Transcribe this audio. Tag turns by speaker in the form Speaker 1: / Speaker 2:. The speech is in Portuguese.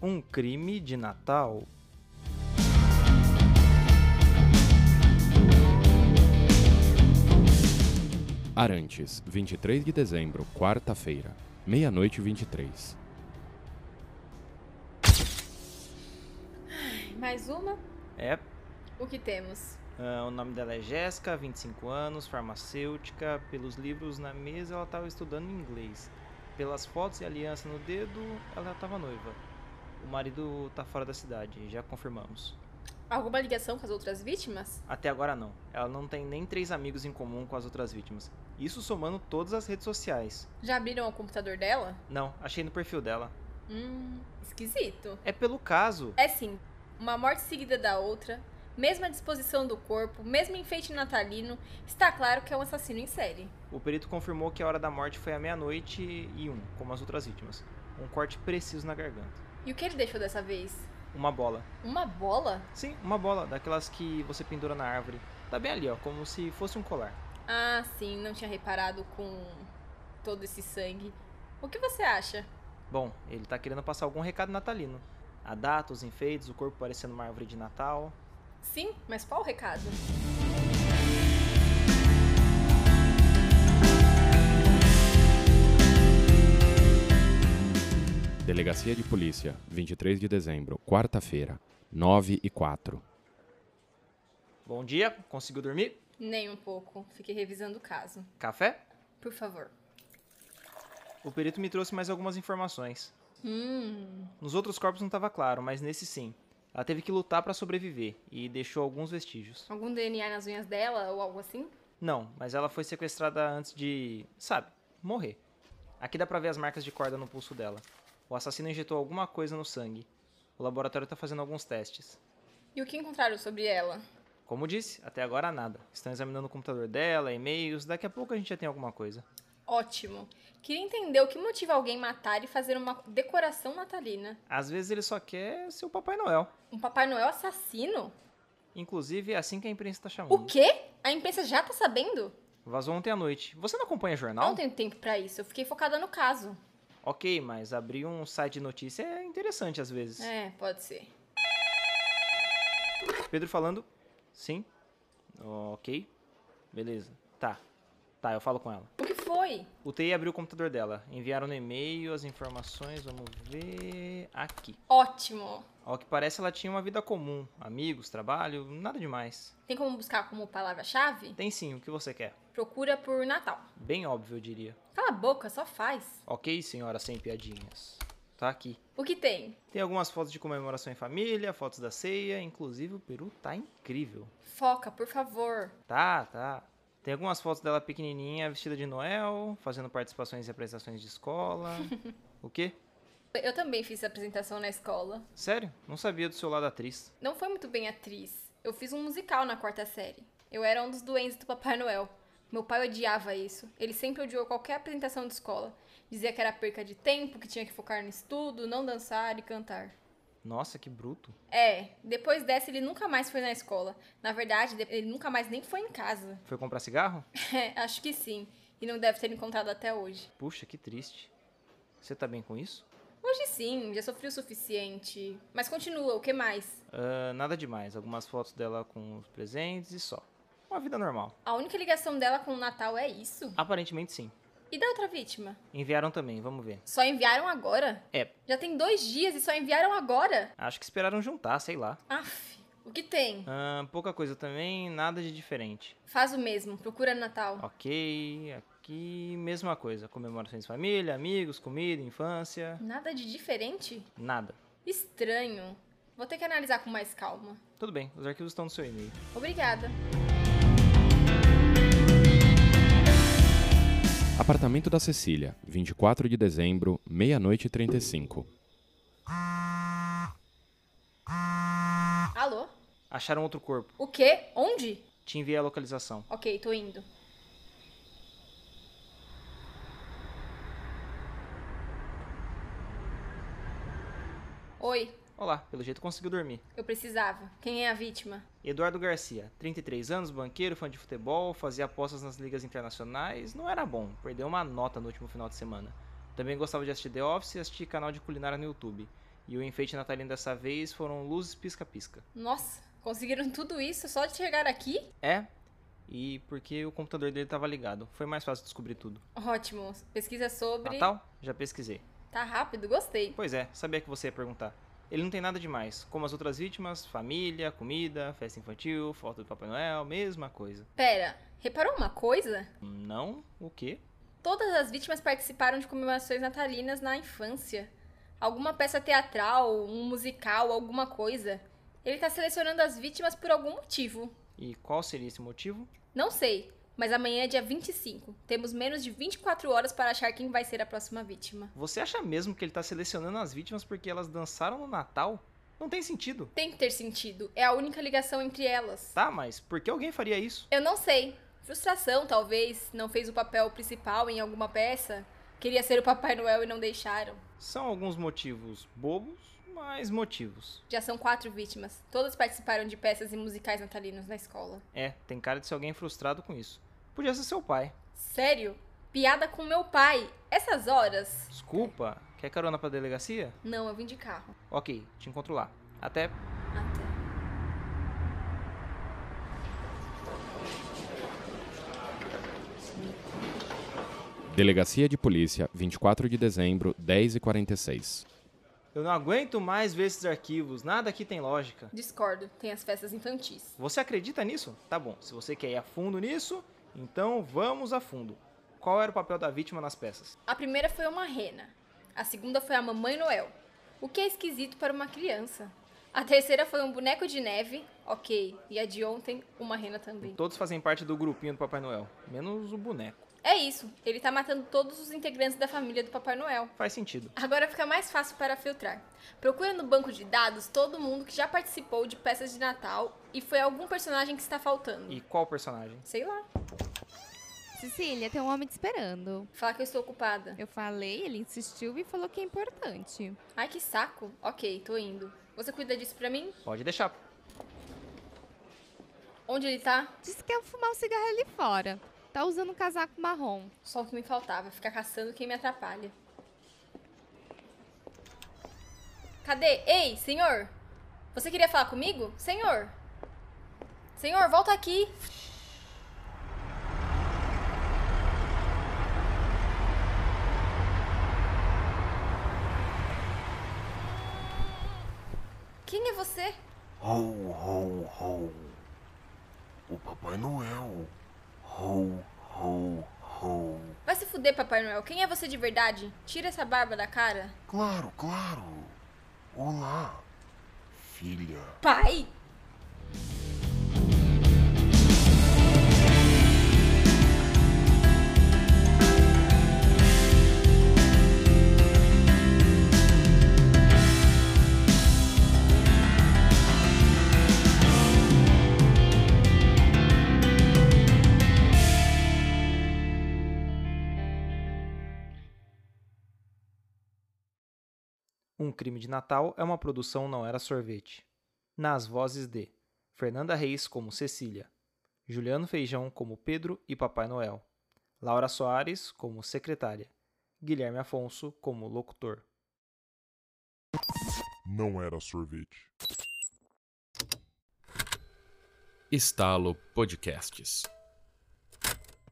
Speaker 1: Um crime de Natal.
Speaker 2: Arantes, 23 de dezembro, quarta-feira, meia-noite e 23.
Speaker 3: Mais uma?
Speaker 1: É,
Speaker 3: O que temos?
Speaker 1: ah, o nome dela é Jéssica, 25 anos, farmacêutica. Pelos livros na mesa, ela estava estudando inglês. Pelas fotos e aliança no dedo, ela estava noiva. O marido tá fora da cidade, já confirmamos.
Speaker 3: Alguma ligação com as outras vítimas?
Speaker 1: Até agora não. Ela não tem nem três amigos em comum com as outras vítimas. Isso somando todas as redes sociais.
Speaker 3: Já abriram o computador dela?
Speaker 1: Não, achei no perfil dela.
Speaker 3: Hum, esquisito.
Speaker 1: É pelo caso.
Speaker 3: É sim, uma morte seguida da outra, mesma disposição do corpo, mesmo enfeite natalino, está claro que é um assassino em série.
Speaker 1: O perito confirmou que a hora da morte foi à meia-noite e um, como as outras vítimas. Um corte preciso na garganta.
Speaker 3: E o que ele deixou dessa vez?
Speaker 1: Uma bola.
Speaker 3: Uma bola?
Speaker 1: Sim, uma bola, daquelas que você pendura na árvore. Tá bem ali, ó, como se fosse um colar.
Speaker 3: Ah, sim, não tinha reparado com todo esse sangue. O que você acha?
Speaker 1: Bom, ele tá querendo passar algum recado natalino. A data, os enfeites, o corpo parecendo uma árvore de Natal.
Speaker 3: Sim, mas qual o recado?
Speaker 2: Delegacia de Polícia, 23 de dezembro, quarta-feira, 9 e 4.
Speaker 1: Bom dia, conseguiu dormir?
Speaker 3: Nem um pouco. Fiquei revisando o caso.
Speaker 1: Café?
Speaker 3: Por favor.
Speaker 1: O perito me trouxe mais algumas informações.
Speaker 3: Hum,
Speaker 1: Nos outros corpos não tava claro, mas nesse sim. Ela teve que lutar pra sobreviver e deixou alguns vestígios.
Speaker 3: Algum DNA nas unhas dela ou algo assim?
Speaker 1: Não, mas ela foi sequestrada antes de, sabe, morrer. Aqui dá pra ver as marcas de corda no pulso dela. O assassino injetou alguma coisa no sangue. O laboratório tá fazendo alguns testes.
Speaker 3: E o que encontraram sobre ela?
Speaker 1: Como disse, até agora nada. Estão examinando o computador dela, e-mails, daqui a pouco a gente já tem alguma coisa.
Speaker 3: Ótimo. Queria entender o que motiva alguém matar e fazer uma decoração natalina.
Speaker 1: Às vezes ele só quer ser o Papai Noel.
Speaker 3: Um Papai Noel assassino?
Speaker 1: Inclusive, é assim que a imprensa tá chamando.
Speaker 3: O quê? A imprensa já tá sabendo?
Speaker 1: Vazou ontem à noite. Você não acompanha
Speaker 3: Eu
Speaker 1: jornal?
Speaker 3: não tenho tempo pra isso. Eu fiquei focada no caso.
Speaker 1: Ok, mas abrir um site de notícia é interessante às vezes.
Speaker 3: É, pode ser.
Speaker 1: Pedro falando, sim, ok, beleza, tá, tá, eu falo com ela.
Speaker 3: O que foi?
Speaker 1: O TI abriu o computador dela, enviaram no e-mail as informações, vamos ver, aqui.
Speaker 3: Ótimo.
Speaker 1: Ao que parece, ela tinha uma vida comum, amigos, trabalho, nada demais.
Speaker 3: Tem como buscar como palavra-chave?
Speaker 1: Tem sim, o que você quer.
Speaker 3: Procura por Natal.
Speaker 1: Bem óbvio, eu diria.
Speaker 3: Cala a boca, só faz.
Speaker 1: Ok, senhora sem piadinhas. Tá aqui.
Speaker 3: O que tem?
Speaker 1: Tem algumas fotos de comemoração em família, fotos da ceia, inclusive o Peru tá incrível.
Speaker 3: Foca, por favor.
Speaker 1: Tá, tá. Tem algumas fotos dela pequenininha, vestida de Noel, fazendo participações e apresentações de escola. o quê?
Speaker 3: Eu também fiz apresentação na escola.
Speaker 1: Sério? Não sabia do seu lado atriz.
Speaker 3: Não foi muito bem atriz. Eu fiz um musical na quarta série. Eu era um dos doentes do Papai Noel. Meu pai odiava isso. Ele sempre odiou qualquer apresentação de escola. Dizia que era perca de tempo, que tinha que focar no estudo, não dançar e cantar.
Speaker 1: Nossa, que bruto.
Speaker 3: É, depois dessa ele nunca mais foi na escola. Na verdade, de- ele nunca mais nem foi em casa.
Speaker 1: Foi comprar cigarro?
Speaker 3: É, acho que sim. E não deve ter encontrado até hoje.
Speaker 1: Puxa, que triste. Você tá bem com isso?
Speaker 3: Hoje sim, já sofri o suficiente. Mas continua, o que mais?
Speaker 1: Ah, nada demais. Algumas fotos dela com os presentes e só. Uma vida normal.
Speaker 3: A única ligação dela com o Natal é isso?
Speaker 1: Aparentemente sim.
Speaker 3: E da outra vítima?
Speaker 1: Enviaram também, vamos ver.
Speaker 3: Só enviaram agora?
Speaker 1: É,
Speaker 3: Já tem dois dias e só enviaram agora?
Speaker 1: acho que esperaram juntar, sei lá.
Speaker 3: Aff, o que tem?
Speaker 1: Ah, pouca coisa também, nada de diferente.
Speaker 3: Faz o mesmo, procura Natal.
Speaker 1: Ok, aqui mesma coisa. Comemorações de família, amigos, comida, infância.
Speaker 3: Nada de diferente?
Speaker 1: Nada.
Speaker 3: Estranho. Vou ter que analisar com mais calma.
Speaker 1: Tudo bem, os arquivos estão no seu e-mail.
Speaker 3: Obrigada.
Speaker 2: Apartamento da Cecília, 24 de dezembro, meia-noite e 35.
Speaker 3: Alô?
Speaker 1: Acharam outro corpo.
Speaker 3: O quê? Onde?
Speaker 1: Te enviei a localização.
Speaker 3: Ok, tô indo. Oi,
Speaker 1: Olá, pelo jeito conseguiu dormir.
Speaker 3: eu precisava. Quem é a vítima?
Speaker 1: Eduardo Garcia, 33 anos, banqueiro, fã de futebol, fazia apostas nas ligas internacionais, não era bom, perdeu uma nota no último final de semana. Também gostava de assistir The Office e assistir canal de culinária no YouTube. E o enfeite natalino dessa vez foram luzes pisca-pisca.
Speaker 3: Nossa, conseguiram tudo isso só de chegar aqui?
Speaker 1: É, e porque o computador dele tava ligado. Foi mais fácil descobrir tudo.
Speaker 3: Ótimo. Pesquisa sobre.
Speaker 1: Natal? Já pesquisei.
Speaker 3: Tá rápido, gostei.
Speaker 1: Pois é, sabia que você ia perguntar. Ele não tem nada demais, como as outras vítimas, família, comida, festa infantil, foto do Papai Noel, mesma coisa.
Speaker 3: Pera, reparou uma coisa?
Speaker 1: Não? O quê?
Speaker 3: Todas as vítimas participaram de comemorações natalinas na infância. Alguma peça teatral, um musical, alguma coisa. Ele tá selecionando as vítimas por algum motivo.
Speaker 1: E qual seria esse motivo?
Speaker 3: Não sei, mas amanhã é dia 25. Temos menos de 24 horas para achar quem vai ser a próxima vítima.
Speaker 1: Você acha mesmo que ele tá selecionando as vítimas porque elas dançaram no Natal? Não tem sentido.
Speaker 3: Tem que ter sentido, é a única ligação entre elas.
Speaker 1: Tá, mas por que alguém faria isso?
Speaker 3: Eu não sei. Frustração, talvez. Não fez o papel principal em alguma peça. Queria ser o Papai Noel e não deixaram.
Speaker 1: São alguns motivos bobos, mas motivos.
Speaker 3: Já são quatro vítimas. Todas participaram de peças e musicais natalinos na escola.
Speaker 1: É, tem cara de ser alguém frustrado com isso. Podia ser seu pai.
Speaker 3: Sério? Piada com meu pai. Essas horas?
Speaker 1: Desculpa, quer carona pra delegacia?
Speaker 3: Não, eu vim de carro.
Speaker 1: Ok, te encontro lá. Até.
Speaker 3: Até.
Speaker 2: Delegacia de Polícia, 24 de dezembro, 10h46.
Speaker 1: Eu não aguento mais ver esses arquivos, nada aqui tem lógica.
Speaker 3: Discordo, tem as festas infantis.
Speaker 1: Você acredita nisso? Tá bom, se você quer ir a fundo nisso, então vamos a fundo. Qual era o papel da vítima nas peças?
Speaker 3: A primeira foi uma rena. A segunda foi a Mamãe Noel, o que é esquisito para uma criança. A terceira foi um boneco de neve, ok. E a de ontem, uma rena também.
Speaker 1: Todos fazem parte do grupinho do Papai Noel, menos o boneco.
Speaker 3: É isso, ele tá matando todos os integrantes da família do Papai Noel.
Speaker 1: Faz sentido.
Speaker 3: Agora fica mais fácil para filtrar. Procura no banco de dados todo mundo que já participou de peças de Natal e foi algum personagem que está faltando.
Speaker 1: E qual personagem?
Speaker 3: Sei lá.
Speaker 4: Cecília, tem um homem te esperando.
Speaker 3: Fala que eu estou ocupada.
Speaker 4: Eu falei, ele insistiu e falou que é importante.
Speaker 3: Ai, que saco. Ok, tô indo. Você cuida disso pra mim?
Speaker 1: Pode deixar.
Speaker 3: Onde ele tá?
Speaker 4: Disse que ia fumar um cigarro ali fora. Tá usando um casaco marrom.
Speaker 3: Só o que me faltava, ficar caçando quem me atrapalha. Cadê? Ei, senhor! Você queria falar comigo? Senhor! Senhor, volta aqui! Quem é você?
Speaker 5: Ho, ho, ho. O Papai Noel. Ho, ho, ho.
Speaker 3: Vai se fuder, Papai Noel. Quem é você de verdade? Tira essa barba da cara.
Speaker 5: Claro, claro. Olá, filha.
Speaker 3: Pai!
Speaker 1: Um Crime de Natal é uma produção Não Era Sorvete. Nas vozes de Fernanda Reis como Cecília, Juliano Feijão como Pedro e Papai Noel, Laura Soares como secretária, Guilherme Afonso como locutor.
Speaker 6: Não era sorvete.
Speaker 2: Estalo Podcasts.